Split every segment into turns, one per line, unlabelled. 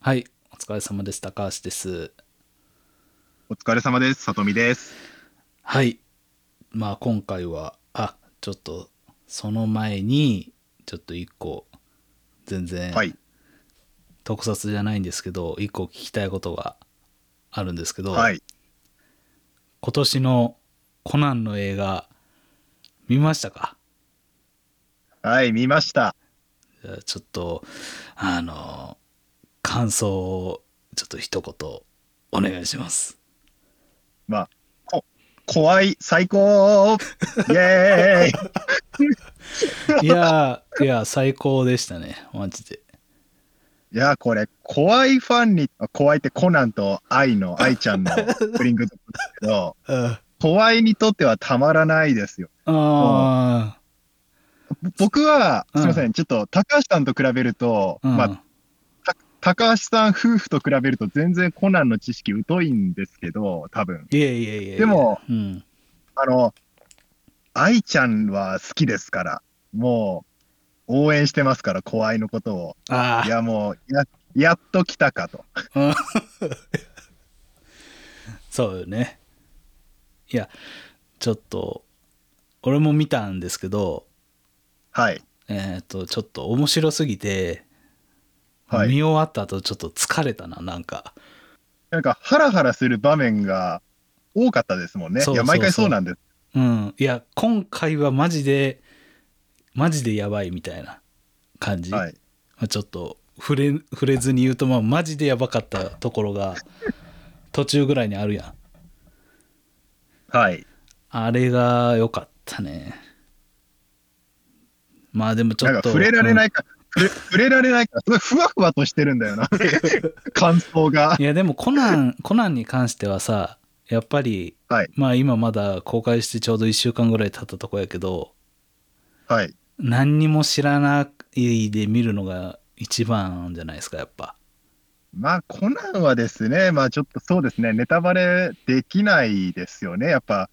はい、お疲れ様です。高橋です。
お疲れ様です。さとみです。
はい、まあ今回は、あ、ちょっと、その前に、ちょっと一個、全然、
はい。
特撮じゃないんですけど、一個聞きたいことがあるんですけど、
はい。
今年のコナンの映画、見ましたか
はい、見ました。
じゃあちょっと、あの、感想を、ちょっと一言、お願いし ます。
怖い、最高イエーイ
いやー、いや、最高でしたね、マジで。
いや、これ、怖いファンに、あ怖いってコナンと愛の、愛ちゃんのプリングズです けど、
あ
怖いにとってはたまらないですよ。
あー。
僕は、
うん
すいません、ちょっと高橋さんと比べると、
うん
まあ、高橋さん夫婦と比べると全然コナンの知識疎いんですけど、多分。
いやいやいやいや
でも、
うん、
あの、愛ちゃんは好きですから、もう、応援してますから、怖いのことを。
あ
い
あ
や、もう、や、やっと来たかと。
そうよねいやちょっと俺も見たんですけど
はい。
えっ、とちょっと面白すぎて、
はい
見終わった後ちょっと疲れたななんか
なんか、ハラハラする場面が多かったですもんね。
そう
いや、毎回
そうそう
そうなんです。
うんいや今回はマジでマジでやばいみたいな感じ、
はい。
まあちょっと触れ触れずに言うと、まあ、マジでやばかったところが途中ぐらいにあるやん
はい。
あれが良かったね。まあでもちょ
な
っ
んか、
と。
触れられないか、触れ触れられないか、すごいふわふわとしてるんだ よな。感想が
うん。いやでもコナン、コナンに関してはさ、やっぱり、
はい
まあ今まだ公開してちょうど1週間ぐらい経ったとこやけど、
はい。
何にも知らないで見るのが一番じゃないですか、やっぱ。
まあ、コナンはですね、まあ、ちょっとそうですね、ネタバレできないですよね。やっぱ、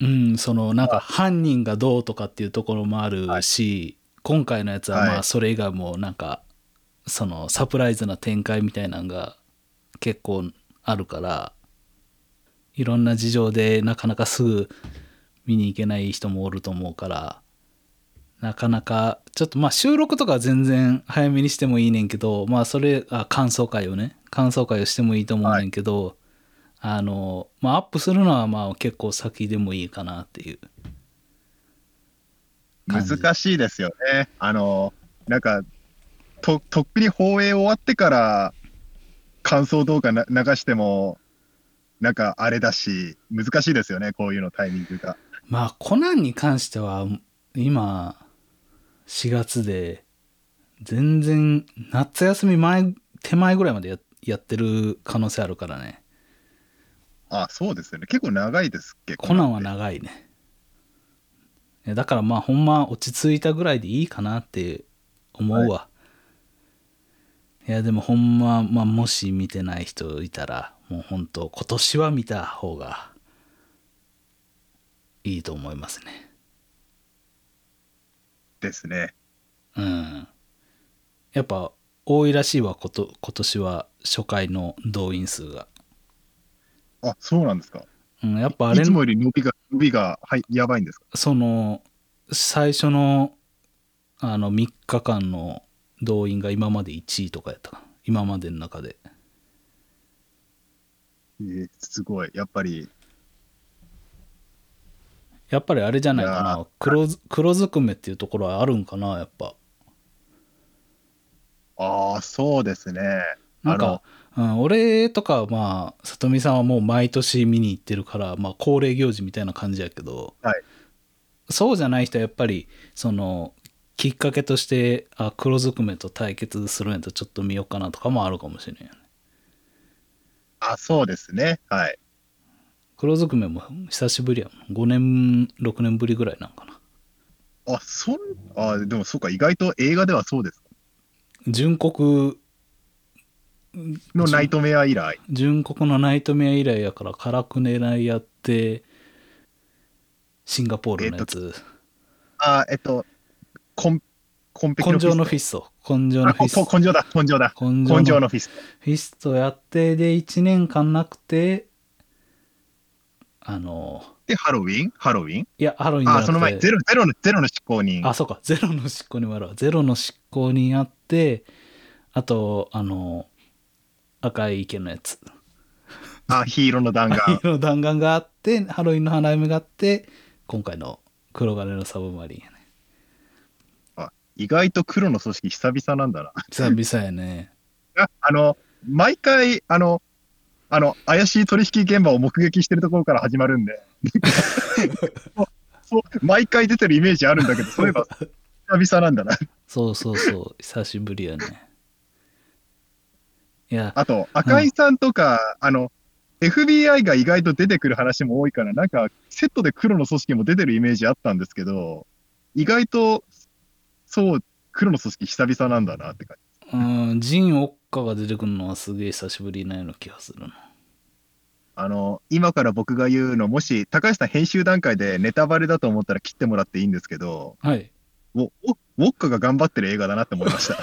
うん、そのなんか犯人がどうとかっていうところもあるし、今回のやつはま
は
あ
い
それ以外もなんか、そのサプライズな展開みたいなのが結構あるからいろんな事情でなかなかすぐ見に行けない人もおると思うからなかなかちょっとまあ収録とかは全然早めにしてもいいねんけどまあそれあ感想会をね感想会をしてもいいと思うねんけど、あのまあアップするのはまあ結構先でもいいかなっていう感じ
難しいですよね。あの、なんか、と、とっくに放映終わってから、感想動画な流しても、なんかあれだし、難しいですよね、こういうのタイミングが。
まあコナンに関しては今4月で全然夏休み前手前ぐらいまでややってる可能性あるからね
あ、そうですよね。結構長いですっけ
コナンは
な
長いねいやだからまあほんま落ち着いたぐらいでいいかなって思うわ、い、やでもほんま、まあ、もし見てない人いたらもうほんと今年は見た方がいいと思いますね
ですね。
うん。やっぱ多いらしいわこと今年は初回の動員数が、
あ、そうなんですか。
うん、やっぱあ
い
れ
つもより伸びが、伸びが、はい、やばいんですか。
その最初のあの3日間の動員が今まで1位とかやったかな今までの中で
えーすごい。やっぱり、
やっぱりあれじゃないか
いや
な黒ず黒ずくめっていうところはあるんかなやっぱ
ああ、そうですね。
なんか、うん、俺とかまあ里見さんはもう毎年見に行ってるから、まあ、恒例行事みたいな感じやけど、
はい
そうじゃない人はやっぱりそのきっかけとしてあ黒ずくめと対決するんやとちょっと見ようかなとかもあるかもしれない、ね、
あ、そうですね。はい。
黒ずくめも久しぶりやもん5年6年ぶりぐらいなんかな
あ、そん、あ、でもそうか、意外と映画ではそうです。
純国
のナイトメア以来。
純国のナイトメア以来やから辛く狙いやってシンガポールのやつ、
あ、えっと、コン、コンペキ
根性のフィ
ス
スト。根性
ト
のフィス
あ
ト
こ。根性だ、根性だ。
根
根
性
性
の
のフィスト。
フィストやって、で、1年間なくて、あの、
で、ハロウィンハロウィン
いや、ハロウィンじゃなく
あ、
て
その前にゼロ、ゼロの、ゼロの執行人。
あ、そうか、ゼロの執行にもあるわ。ゼロの執行にあって、あと、あの、赤い池のやつ。
あ、ヒーローの弾丸。
赤いの弾丸があって、ハロウィンの花嫁があって、今回の黒金のサブマリンや ね。
あ意外と黒の組織久々なんだな。
久々やね。
ああの、毎回、あの、あの、怪しい取引現場を目撃してるところから始まるん で。そう毎回出てるイメージあるんだけど、そういえば、久々なんだな。
そうそうそう、久しぶりやね。いや、
あと、赤井さんとか、あの、FBI が意外と出てくる話も多いから、なんか、セットで黒の組織も出てるイメージあったんですけど、意外と、そう、黒の組織久々なんだなって感じ。
うん、ジン・オッカが出てくるのはすげえ久しぶりなような気がするな。
あの、今から僕が言うの、もし、高橋さん編集段階でネタバレだと思ったら切ってもらっていいんですけど、
はい。
ウォウォウォッカが頑張ってる映画だなって思いました。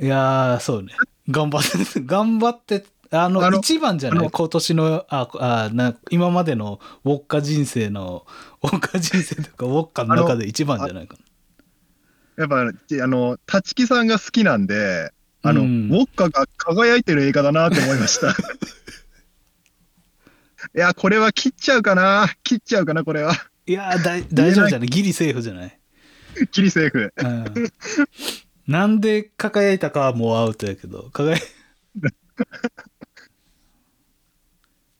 いやー、そうね。頑張って、 頑張って、あの、
あの
一番じゃな
あ
い
の
今年の、あ、あな今までのウォッカ人生の、ウォッカ人生というか、ウォッカの中で一番じゃないかな。
やっぱ、ちあの、立木さんが好きなんで、あの、
うん
ウォッカが輝いてる映画だなって思いま した。いや、これは切っちゃうかな。切っちゃうかな、これは。
いやーだい、大丈夫じゃないギリセーフじゃない、
切りセーフ。
うん、なんで輝いたかはもうアウトやけど、輝いい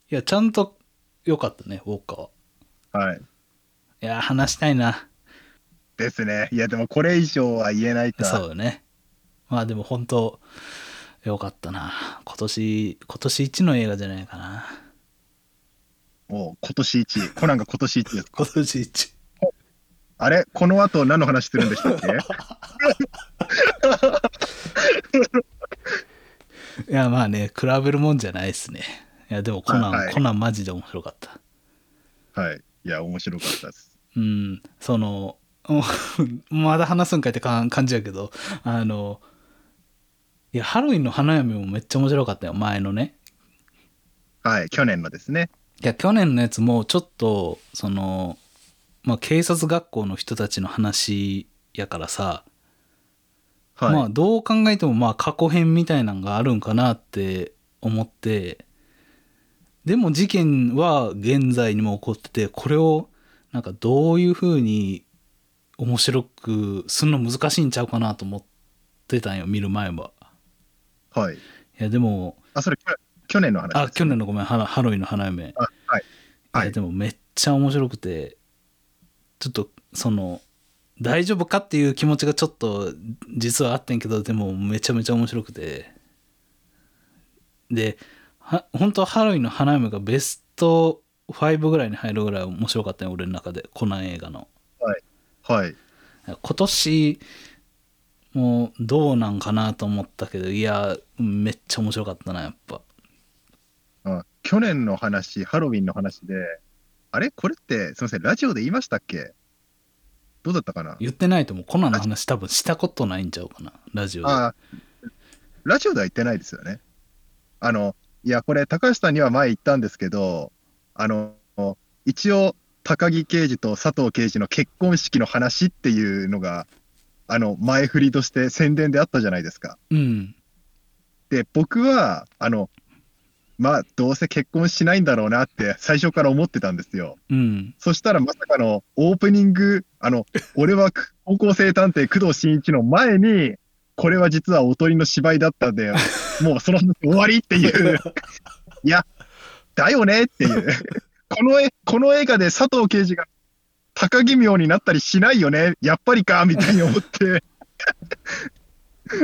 や、ちゃんと良かったね、ウォッカは。
はい。
いやー、話したいな。
ですね。いや、でもこれ以上は言えないか。
そうよね。まあでも本当、よかったな。今年、今年一の映画じゃないかな。
もう今年一位。コナンが今年一位です。
今年一。
あれこの後何の話するん でしたっけ
いやまあね、比べるもんじゃないですね。いやでもコナン、
はいはい
コナンマジで面白かった。
はい。いや、面白かったです。
うん、その、 まだ話すんかいってか感じやけど、あの、いや、ハロウィンの花嫁もめっちゃ面白かったよ、前のね。
はい。去年のですね。
いや去年のやつもちょっとその、まあ、警察学校の人たちの話やからさ、
はい。
まあどう考えてもまあ過去編みたいなんがあるんかなって思ってでも事件は現在にも起こっててこれをなんかどういうふうに面白くすんの難しいんちゃうかなと思ってたんよ見る前は。
はい。
いやでも
あ、それ、去去年の話です、
あ去年のごめんハロハロウィンの花嫁。
あはい。は
い
い
やでもめっちゃ面白くてちょっとその大丈夫かっていう気持ちがちょっと実はあってんけどでもめちゃめちゃ面白くてでは本当はハロウィンの花嫁がベスト5ぐらいに入るぐらい面白かったよ俺の中でコナン映画の
はい。
今年もうどうなんかなと思ったけどいやめっちゃ面白かったなやっぱ
うん去年の話、ハロウィンの話で、あれこれって、すみません、ラジオで言いましたっけどうだったかな
言ってないともうコナンの話多分したことないんちゃうかなラジオで
あラジオでは言ってないですよね。あの、いや、これ、高橋さんには前言ったんですけど、あの、一応、高木刑事と佐藤刑事の結婚式の話っていうのが、あの、前振りとして宣伝であったじゃないですか。
うん
で、僕は、あの、まあ、どうせ結婚しないんだろうなって、最初から思ってたんですよ。
うん
そしたらまさかのオープニング、あの、俺はく高校生探偵工藤新一の前に、これは実はおとりの芝居だった んで、もうその話終わりっていう。いや、だよねっていう。この絵、この映画で佐藤刑事が高木妙になったりしないよね。やっぱりか、みたいに思って、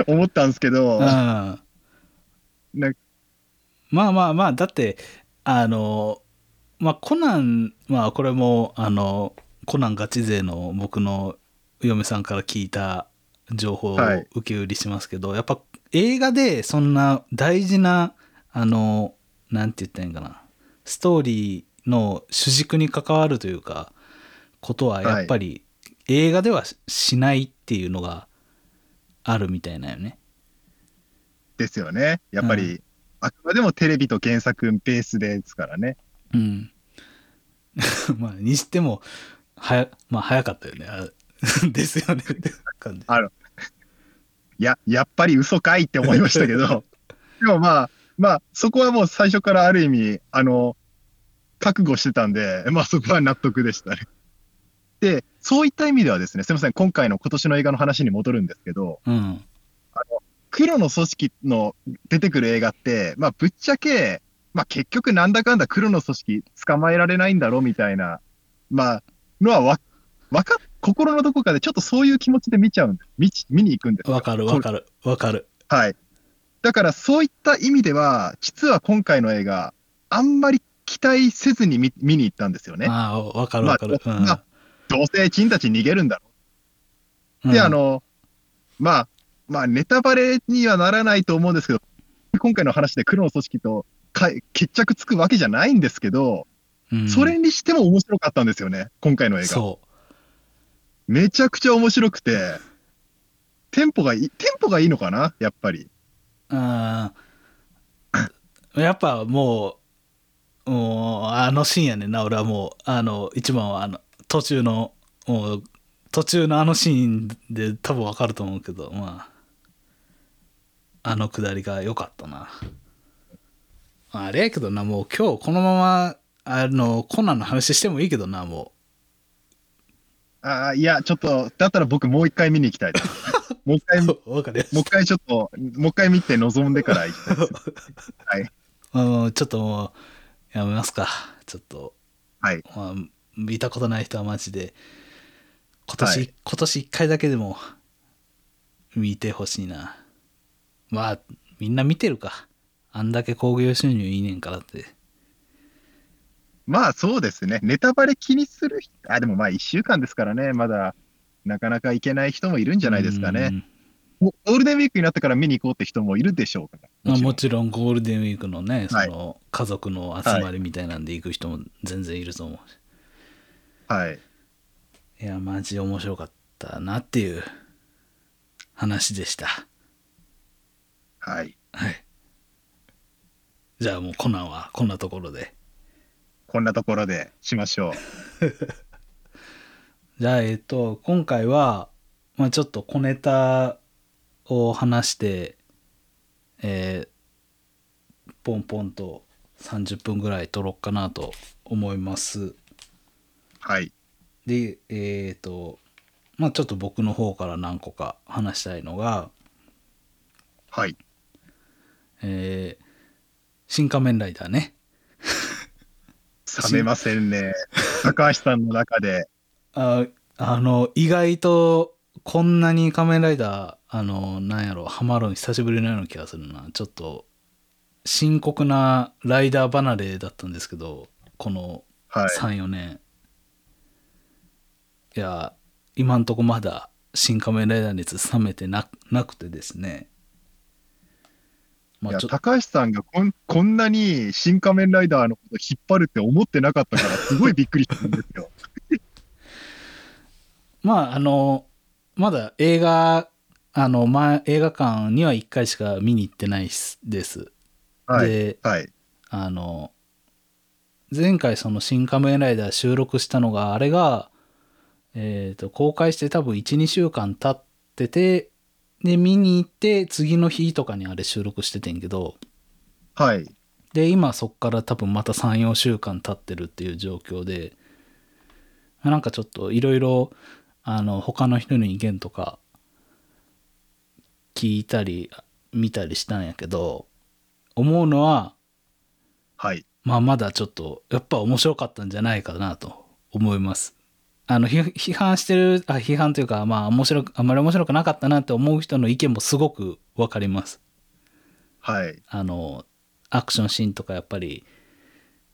思ったんですけど、
うん
なんか
まあまあまあだってあのまあコナンまあこれもあのコナンガチ勢の僕の嫁さんから聞いた情報を
はい
受け売りしますけど、やっぱ映画でそんな大事なあのなんて言ったらいいんかなストーリーの主軸に関わるというかことはやっぱり映画ではししないっていうのがあるみたいなよね。
ですよね。やっぱり、あくまでもテレビと原作ベースですからね。
うん。 まあ、にしても、はや、まあ、早かったよね。あ ですよね。って感じ。
いや、やっぱり嘘かいって思いましたけ ど、でもまあ、まあ、そこはもう最初からある意味、あの、覚悟してたんで、まあそこは納得でしたね。で、そういった意味ではですね、すみません、今回の今年の映画の話に戻るんですけど、
うん。
黒の組織の出てくる映画って、まあぶっちゃけ、まあ結局なんだかんだ黒の組織捕まえられないんだろうみたいな、まあ、のはわ、わか、心のどこかでちょっとそういう気持ちで見ちゃうんです。見ち、見に行くんですよ
わかるわかるわかる。
はい。だからそういった意味では、実は今回の映画、あんまり期待せずに見見に行ったんですよね。
ああ、わかるわかる。
まあまどうせ人たち逃げるんだろ
う
う。
ん。
で、
うん
あ、の、まあ、まあ、ネタバレにはならないと思うんですけど、今回の話で黒の組織とか決着つくわけじゃないんですけど、
うん
それにしても面白かったんですよね、今回の映画。
そ
めちゃくちゃ面白くて、テンポがいい、テンポがいいのかな、やっぱり。
う。うん。やっぱもう、もう、あのシーンやねんな、俺はもう、あの、一番は、あの、途中の、もう、途中のあのシーンで多分わかると思うけど、まあ、あのくだりが良かったな。あれやけどな、もう今日このまま、あの、コナンの話してもいいけどな、も
ああ、いや、ちょっと、だったら僕もう一回見に行きたい です。もう一回、も
う。わかる
う一回ちょっと、もう一回見て望んでから行きた いです。
まあもうちょっともう、やめますか。ちょっと、
はい。
まあ、見たことない人はマジで、今年、
はい
今年1回だけでも、見てほしいな。まあ、みんな見てるか。あんだけ興行収入いいねんからって。
まあそうですね。ネタバレ気にする人、あ、でもまあ一週間ですからね、まだ、なかなか行けない人もいるんじゃないですか
う
ね。
ん。
もうゴールデンウィークになってから見に行こうって人もいるでしょうから。
まあ、も
も
ちろんゴールデンウィークのね、そ
はい
の家族の集まりみたいなんで行く人も全然いると思うし。
ろんはい。
いや、マジ面白かったなっていう話でした。
はい。
はい。じゃあもうコナンはこんなところで。
こんなところでしましょう。
じゃあ、えっと、今回は、まあちょっと小ネタを話して、えーポンポンと30分ぐらい撮ろうかなと思います。
はい。
で、えっ、と、まあちょっと僕の方から何個か話したいのが、
はい。
えー新仮面ライダーね。
冷めません ね。高橋さんの中で。
ああの意外とこんなに仮面ライダーあのなんやろハマるの久しぶりのような気がするなちょっと深刻なライダー離れだったんですけどこの
はい。
34年、い、や今んとこまだ新仮面ライダー熱冷めてななくてですねまあ
いや
ちょ
高橋さんがこんこんなに新仮面ライダーのこと引っ張るって思ってなかったから、すごいびっくりしたんですよ。
まああのまだ映画あの、ま、映画館には1回しか見に行ってないですです
はい。
で
はい。
あの前回その「新仮面ライダー」収録したのがあれが、えー、と公開して多分12週間経っててで見に行って次の日とかにあれ収録しててんけど
はい。
で今そっから多分また34週間経ってるっていう状況でなんかちょっといろいろあの他の人の意見とか聞いたり見たりしたんやけど思うのは
はい。
まあまだちょっとやっぱ面白かったんじゃないかなと思います。あのひ批判してるあ批判というかまあ面白くあんまり面白くなかったなって思う人の意見もすごくわかります。
はい。
あのアクションシーンとかやっぱり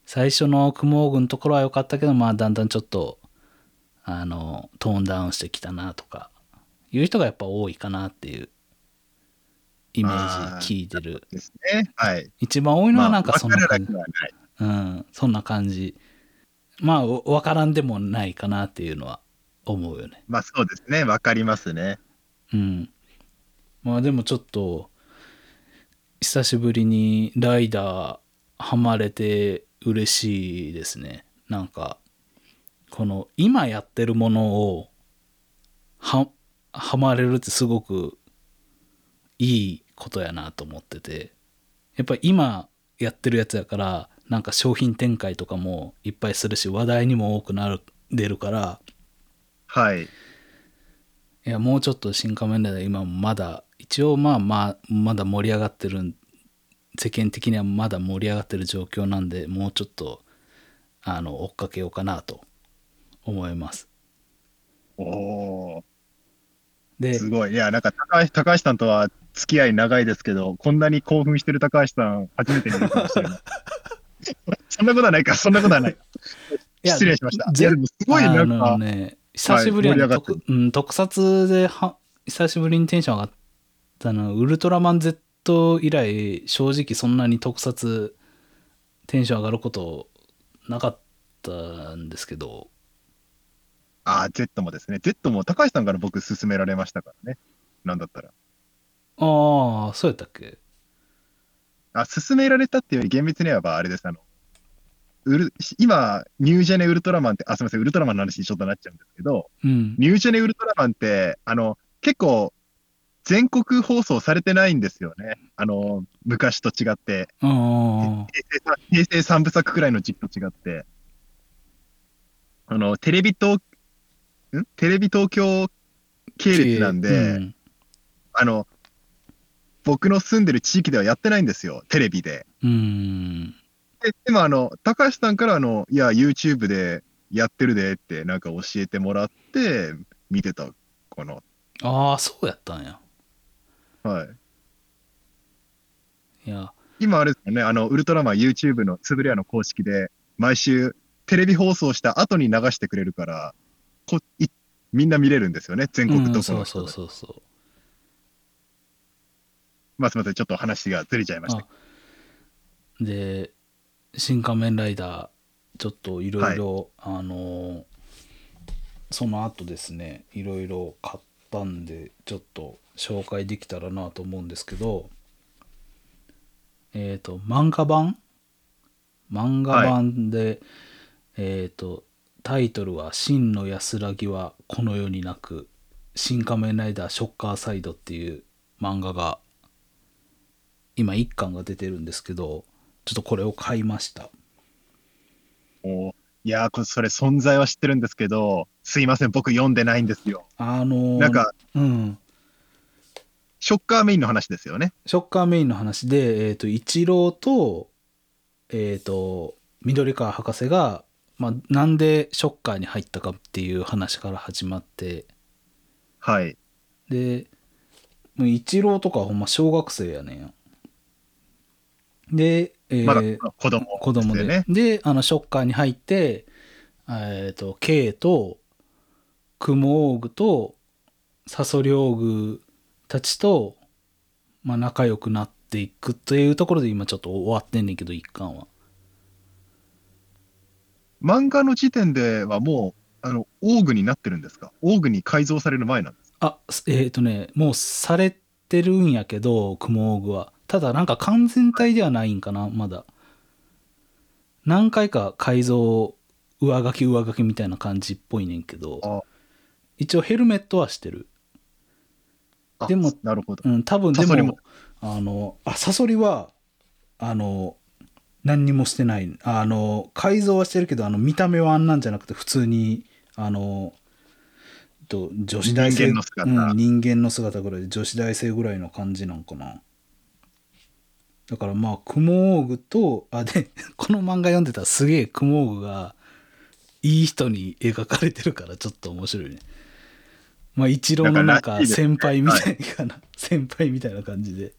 最初の雲軍のところは良かったけどまあだんだんちょっとあのトーンダウンしてきたなとかいう人がやっぱ多いかなっていうイメージ聞いてる
ですね。はい。
一番多いのはなんか
まあ
そんな
わから
感じ
なくはない。
うん、そんな感じ。まあ、わからんでもないかなっていうのは思うよね。
まあそうですね、わかりますね。
うん。まあでもちょっと、久しぶりにライダーハマれて嬉しいですね。なんか、この今やってるものを、は、ハマれるってすごくいいことやなと思ってて。やっぱ今やってるやつやから、なんか商品展開とかもいっぱいするし、話題にも多くなる、出るから、
はい。
いや、もうちょっと新仮面ライダー今もまだ、一応まあまあ、まだ盛り上がってるん、世間的にはまだ盛り上がってる状況なんで、もうちょっと、あの、追っかけようかなと思います。
おおー、
で、
すごい。いや、なんか高橋高橋さんとは付き合い長いですけど、こんなに興奮してる高橋さん、初めて見ましたよ。 そんなことはないか、そんなことはない。
いや
失礼しました。い
ぜ
や、でもすごいなん
あの
か、
ね、久しぶりやね、
はい盛り上がって
特うん、特撮では、久しぶりにテンション上がったのは、ウルトラマン Z 以来、正直そんなに特撮、テンション上がることなかったんですけど、
あー、Z もですね。Z も高橋さんから僕勧められましたからね。なんだったら。
ああ、そうやったっけ
あ、勧められたっていうより厳密に言えばあれです。あの、ウル今、ニュージェネウルトラマンって、あ、すみません、ウルトラマンの話にちょっとなっちゃうんですけど、
うん。
ニュージェネウルトラマンって、あの、結構、全国放送されてないんですよね。あの、昔と違って、
あ
平成さ平成三部作くらいの時期と違って。あの、テレビ東、んテレビ東京
あ。
系列なんで、
うん
あの、僕の住んでる地域ではやってないんですよ、テレビで。
うん。
ででもあの、高橋さんからあの、いや、YouTube でやってるでって、なんか教えてもらって、見てたかな。
ああ、そうやったんや。
は
い
い。
や、
今あれですよね、あの、ウルトラマン YouTube のつぶれ屋の公式で、毎週テレビ放送した後に流してくれるから、こいみんな見れるんですよね、全国
う
ど
ん、
こ
そ
の
うそ
人
う
で。
そうそう。
まあすみません、ちょっと話がずれちゃいました。
で、新仮面ライダー、ちょっといろいろ、あのーその後ですね、いろいろ買ったんで、ちょっと紹介できたらなと思うんですけど、えっ、と、漫画版漫画版で、えっ、と、タイトルは、真の安らぎはこの世になく、新仮面ライダーショッカーサイドっていう漫画が、今1巻が出てるんですけど、ちょっとこれを買いました。
おーいやーこそれ存在は知ってるんですけど、すいません、僕読んでないんですよ。
あのー
なんか、
うん。
ショッカーメインの話ですよね。
ショッカーメインの話で、えっ、と、イチローと、えっ、と、緑川博士が、まあ、なんでショッカーに入ったかっていう話から始まって、
はい。
で、もうイチローとかほんま小学生やねんよ。で、えー
まだ子供、
子供で。
ね。
で、あの、ショッカーに入って、えっ、と、K と、クモオーグと、サソリオーグたちと、まあ、仲良くなっていくというところで今ちょっと終わってんねんけど、一巻は。
漫画の時点ではもう、あの、オーグになってるんですかオーグに改造される前なんですか
あ、すえっ、とね、もうされてるんやけど、クモオーグは。ただなんか完全体ではないんかな、まだ。何回か改造、上書き上書きみたいな感じっぽいねんけ
あ
ど、一応ヘルメットはしてる。
あ
でも
なるほど。
うん、多分で
サソリ
も
も
あのあサソリはあの何にもしてないあの改造はしてるけどあの見た目はあんなんじゃなくて普通にあのえっと女子大生
人間の姿
うん、人間の姿ぐらいで女子大生ぐらいの感じなんかなだからまあクモオーグとあで この漫画読んでたらすげえクモオーグがいい人に描かれてるからちょっと面白いねまあ一郎のな
なんんから
から
しいです
先輩みたいかな、先輩みたいな感じで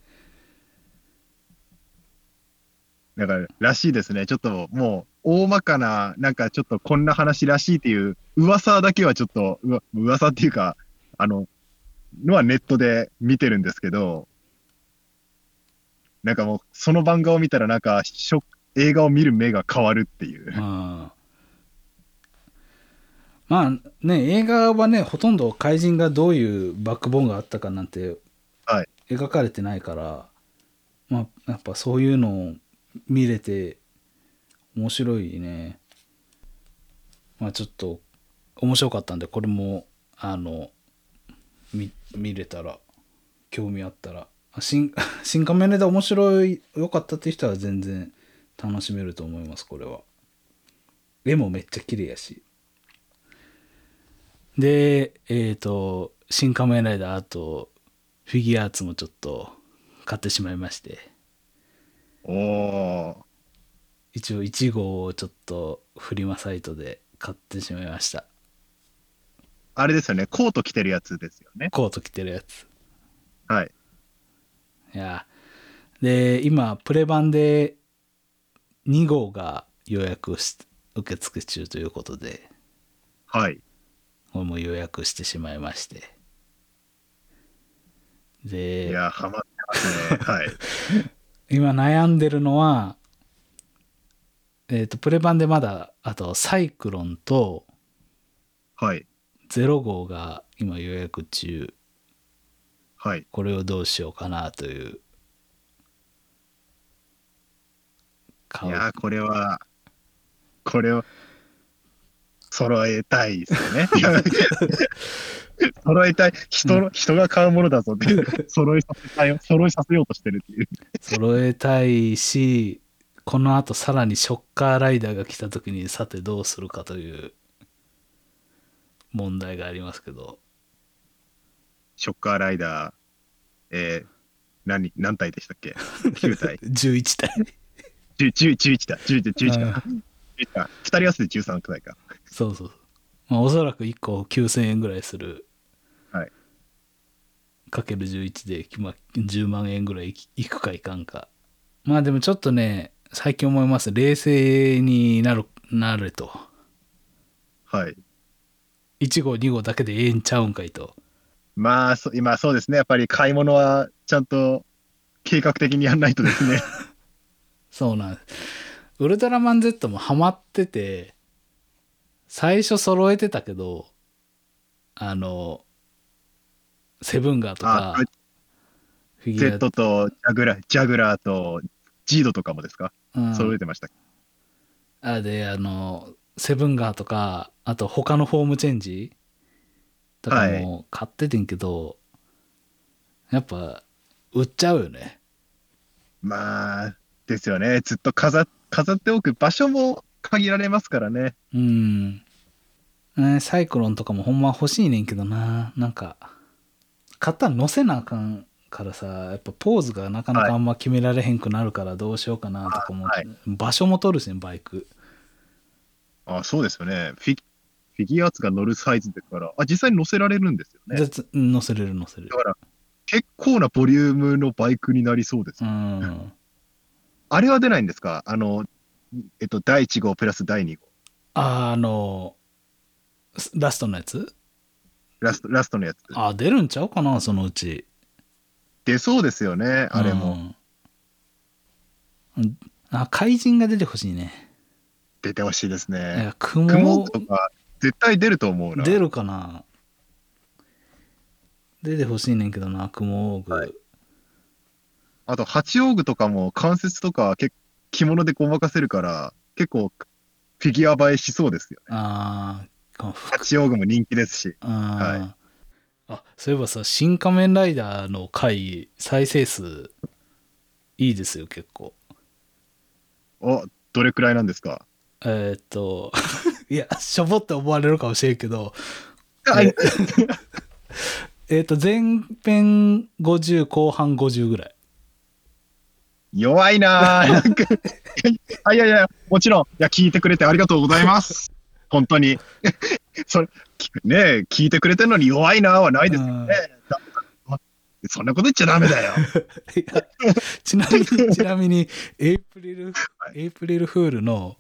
だから、らしいですね。ちょっともう、大まかな、なんかちょっとこんな話らしいっていう、噂だけはちょっと、うわ噂っていうか、あの、のはネットで見てるんですけど、なんかもう、その漫画を見たら、なんか、ショック映画を見る目が変わるっていう。
あまあね映画はねほとんど怪人がどういうバックボーンがあったかなんて
はい
描かれてないから、まあやっぱそういうのを見れて面白いねまあちょっと面白かったんでこれもあの見見れたら興味あったらあ新 新仮面ライダー面白い良かったっていう人は全然楽しめると思いますこれは絵もめっちゃ綺麗やしでえっ、と「新仮面ライダー」あとフィギュアーツもちょっと買ってしまいまして
おお
一応1号をちょっとフリマサイトで買ってしまいました
あれですよねコート着てるやつですよね
コート着てるやつ
はい
いやで今プレ版で2号が予約し受付中ということで
はい
これも予約してしまいまして
い
で
やハマってますねはい
今悩んでるのはえっ、とプレ版でまだあとサイクロンと
はい
0号が今予約中
はい
これをどうしようかなという
い
買う
やこれはこれを揃えたいですよね揃えたい人の人が買うものだぞって揃いさせたい揃いさせようとしてるっていう
揃えたいしこのあとさらにショッカーライダーが来た時にさてどうするかという問題がありますけど
ショッカーライダーえー、何何体でしたっけ ?9 体
11体
10 11体11体11
うん
体11体2人合わせて13くらいか
そうそうそう、まあ、おそらく1個9000円ぐらいする
はい
かける11で、まあ、10万円ぐらいいきいくかいかんかまあでもちょっとね最近思います冷静になるなれと
はい
1号2号だけでええんちゃうんかいと
まあそ今そうですねやっぱり買い物はちゃんと計画的にやんないとですね
そうなんですウルトラマン Z もハマってて最初揃えてたけどあのセブンガーとか
あ
フィギュア
Z とジャグラージャグラーとジードとかもですか
うん
揃えてましたっけ
あであのセブンガーとかあと他のフォームチェンジとかも買っててんけど、やっぱ売っちゃうよね
まあですよねずっと飾飾っておく場所も限られますからね
うん、ねサイクロンとかもほんま欲しいねんけどななんか買ったら載せなあかんからさやっぱポーズがなかな
はい
かあんま決められへんくなるからどうしようかなとかも、
はい
場所も取るしねバイク
あそうですよねフィギフィギュアーツが乗るサイズですからあ実際に乗せられるんですよね
でつうん載せれる載せれる
だから結構なボリュームのバイクになりそうです、
うん
あれは出ないんですかあのえっと第1号プラス第2号
あのラストのやつ
ラストラストのやつ
あ出るんちゃうかなそのうち
出そうですよねあれも、
うんうんあ怪人が出てほしいね
出てほしいです
い
ね
や雲
雲とか絶対出ると思うな
出るかな出てほしいねんけどな、雲王具。
はいあと八王具とかも関節とか結構着物でごまかせるから結構フィギュア映えしそうですよね
あーこの服
八王具も人気ですし
あー、あ、そういえばさ、新仮面ライダーの回、再生数、いいですよ、結構。
おどれくらいなんですか
えーっと、 いや、しょぼって思われるかもしれんけど、
あ
え えーっと、前編50、後半50ぐらい。
弱いなぁ。なんかあいやいや、もちろん、いや、聞いてくれてありがとうございます。本当に。 それ、きねえ、聞いてくれてるのに弱いなぁはないですよね。だだそんなこと言っちゃダメだよ。
いや ちなみ に、ちなみに、エイプリル、エイプリルフールの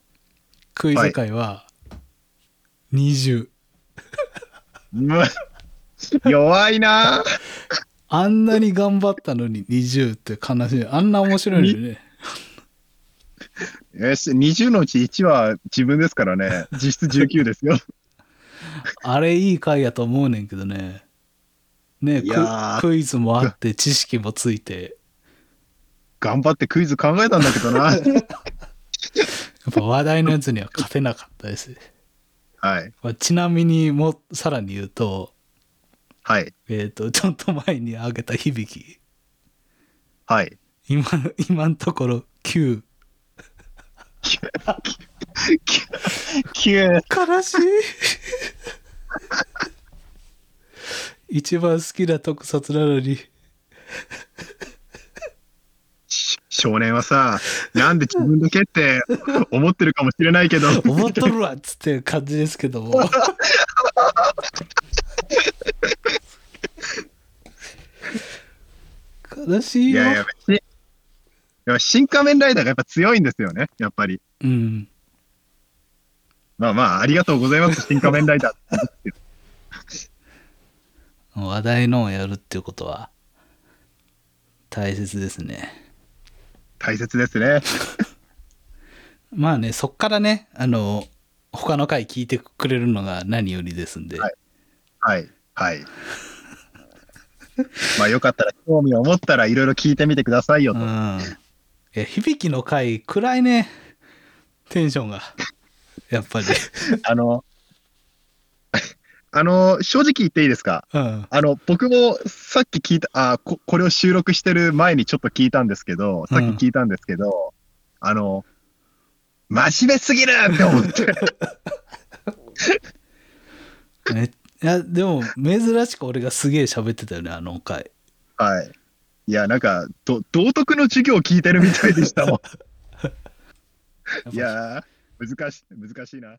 クイズ会は20。
うん弱いなぁ。
あんなに頑張ったのに20って悲しい。あんな面白いのにね。
よし20のうち1は自分ですからね。実質19ですよ。
あれいい回やと思うねんけどね。ね
いやー
ククイズもあって知識もついて、
頑張ってクイズ考えたんだ けどな。
やっぱ話題のやつには勝てなかったです。
はい。
まあちなみにもうさらに言うと、
はい。
えっ、と、 ちょっと前にあげた響き、
はい。
今、今のところ9。
9。
悲しい 一番好きな特撮なのに。
少年はさ、なんで自分だけって思ってるかもしれないけど、
思っとるわっつっていう感じですけども悲しい
い
よ
やいや、別にいや新仮面ライダーがやっぱ強いんですよね、やっぱり。
うん
まあまあ、ありがとうございます、新仮面ライダー。
話題のをやるっていうことは大切ですね
大切ですね。
まあねそっからねあの他の回聞いてくれるのが何よりですんで、
はいはい。はい。まあよかったら興味を持ったらいろいろ聞いてみてくださいよ
う
と。
んいや響きの回暗いねテンションがやっぱり
あの、あの、正直言っていいですか
うん
あの、僕もさっき聞いた、あこ、これを収録してる前にちょっと聞いたんですけど、さっき聞いたんですけど、あの、真面目すぎるって思って。
めいやでも珍しく俺がすげえ喋ってたよねあの回
はい。いや、なんか、ど、道徳の授業 を聞いてるみたいでしたもん。いやー、難し、難しいな。